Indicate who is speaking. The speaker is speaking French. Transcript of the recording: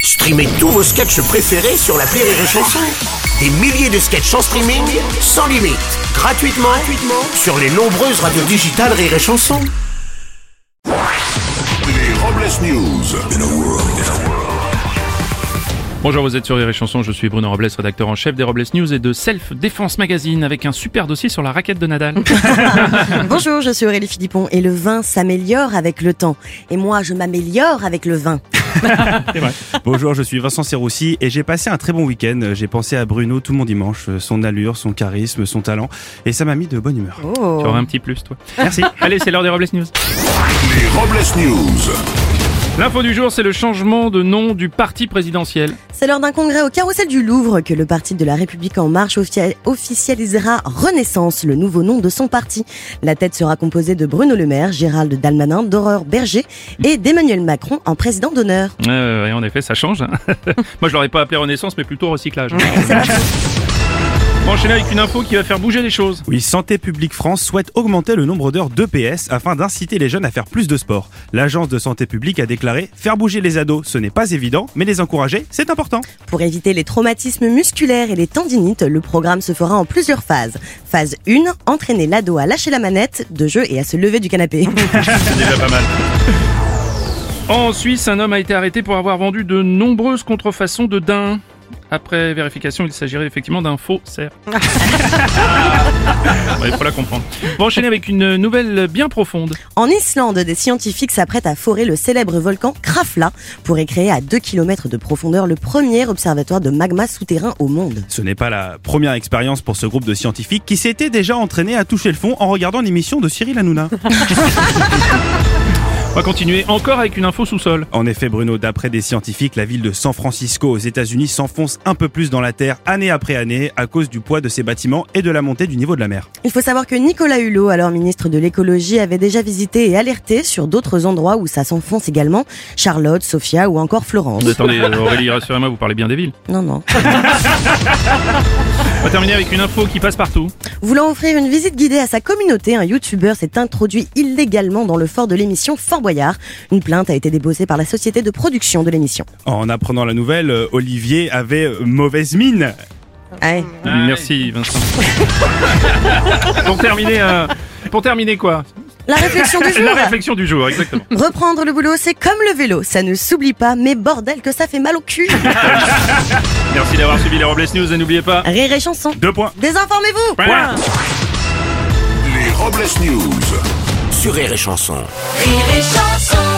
Speaker 1: Streamez tous vos sketchs préférés sur la Rire et Chanson. Des milliers de sketchs en streaming, sans limite, gratuitement, gratuitement sur les nombreuses radios digitales Rire et Chanson.
Speaker 2: Les Robles News. In a world, in a world.
Speaker 3: Bonjour, vous êtes sur Rire et Chanson, je suis Bruno Robles, rédacteur en chef des Robles News et de Self Défense Magazine avec un super dossier sur la raquette de Nadal.
Speaker 4: Bonjour, je suis Aurélie Philippon et le vin s'améliore avec le temps. Et moi, je m'améliore avec le vin.
Speaker 5: Bonjour, je suis Vincent Serroussi et j'ai passé un très bon week-end. J'ai pensé à Bruno tout mon dimanche, son allure, son charisme, son talent et ça m'a mis de bonne humeur.
Speaker 3: Tu aurais un petit plus, toi.
Speaker 5: Merci.
Speaker 3: Allez, c'est l'heure des Robles News.
Speaker 2: Les Robles News.
Speaker 3: L'info du jour, c'est le changement de nom du parti présidentiel.
Speaker 4: C'est lors d'un congrès au carrousel du Louvre que le parti de la République en marche offi- officialisera Renaissance, le nouveau nom de son parti. La tête sera composée de Bruno Le Maire, Gérald Dalmanin, d'Aurore Berger et d'Emmanuel Macron en président d'honneur.
Speaker 3: Euh, et en effet, ça change. hein. Moi, je l'aurais pas appelé Renaissance, mais plutôt Recyclage. On va Enchaîner avec une info qui va faire bouger les choses.
Speaker 5: Oui, Santé publique France souhaite augmenter le nombre d'heures d'EPS afin d'inciter les jeunes à faire plus de sport. L'agence de santé publique a déclaré Faire bouger les ados, ce n'est pas évident, mais les encourager, c'est important.
Speaker 4: Pour éviter les traumatismes musculaires et les tendinites, le programme se fera en plusieurs phases. Phase 1, entraîner l'ado à lâcher la manette de jeu et à se lever du canapé.
Speaker 3: C'est déjà pas mal. En Suisse, un homme a été arrêté pour avoir vendu de nombreuses contrefaçons de daim. Après vérification, il s'agirait effectivement d'un faux cerf. Ouais, Il faut la comprendre. On va enchaîner avec une nouvelle bien profonde.
Speaker 4: En Islande, des scientifiques s'apprêtent à forer le célèbre volcan Krafla pour y créer à 2 km de profondeur le premier observatoire de magma souterrain au monde.
Speaker 5: Ce n'est pas la première expérience pour ce groupe de scientifiques qui s'était déjà entraîné à toucher le fond en regardant l'émission de Cyril Hanouna.
Speaker 3: On va continuer encore avec une info sous-sol.
Speaker 5: En effet, Bruno, d'après des scientifiques, la ville de San Francisco aux États-Unis s'enfonce un peu plus dans la terre année après année à cause du poids de ses bâtiments et de la montée du niveau de la mer.
Speaker 4: Il faut savoir que Nicolas Hulot, alors ministre de l'écologie, avait déjà visité et alerté sur d'autres endroits où ça s'enfonce également, Charlotte, Sofia ou encore Florence.
Speaker 3: Attendez, Aurélie, rassurez-moi, vous parlez bien des villes.
Speaker 4: Non, non.
Speaker 3: On va terminer avec une info qui passe partout.
Speaker 4: Voulant offrir une visite guidée à sa communauté, un youtubeur s'est introduit illégalement dans le fort de l'émission Fort Boyard. Une plainte a été déposée par la société de production de l'émission.
Speaker 5: En apprenant la nouvelle, euh, Olivier avait euh, mauvaise mine.
Speaker 4: Ouais.
Speaker 3: Merci, Vincent. pour terminer, euh, pour terminer quoi
Speaker 4: La réflexion du jour
Speaker 3: La réflexion du jour, exactement.
Speaker 4: Reprendre le boulot, c'est comme le vélo, ça ne s'oublie pas, mais bordel que ça fait mal au cul.
Speaker 3: Merci d'avoir suivi les Robles News et n'oubliez pas.
Speaker 4: Rire et chanson.
Speaker 5: Deux points.
Speaker 4: Désinformez-vous.
Speaker 3: Point.
Speaker 2: Les Robles News.
Speaker 1: Sur Rire et Chanson.
Speaker 6: Rire et chanson.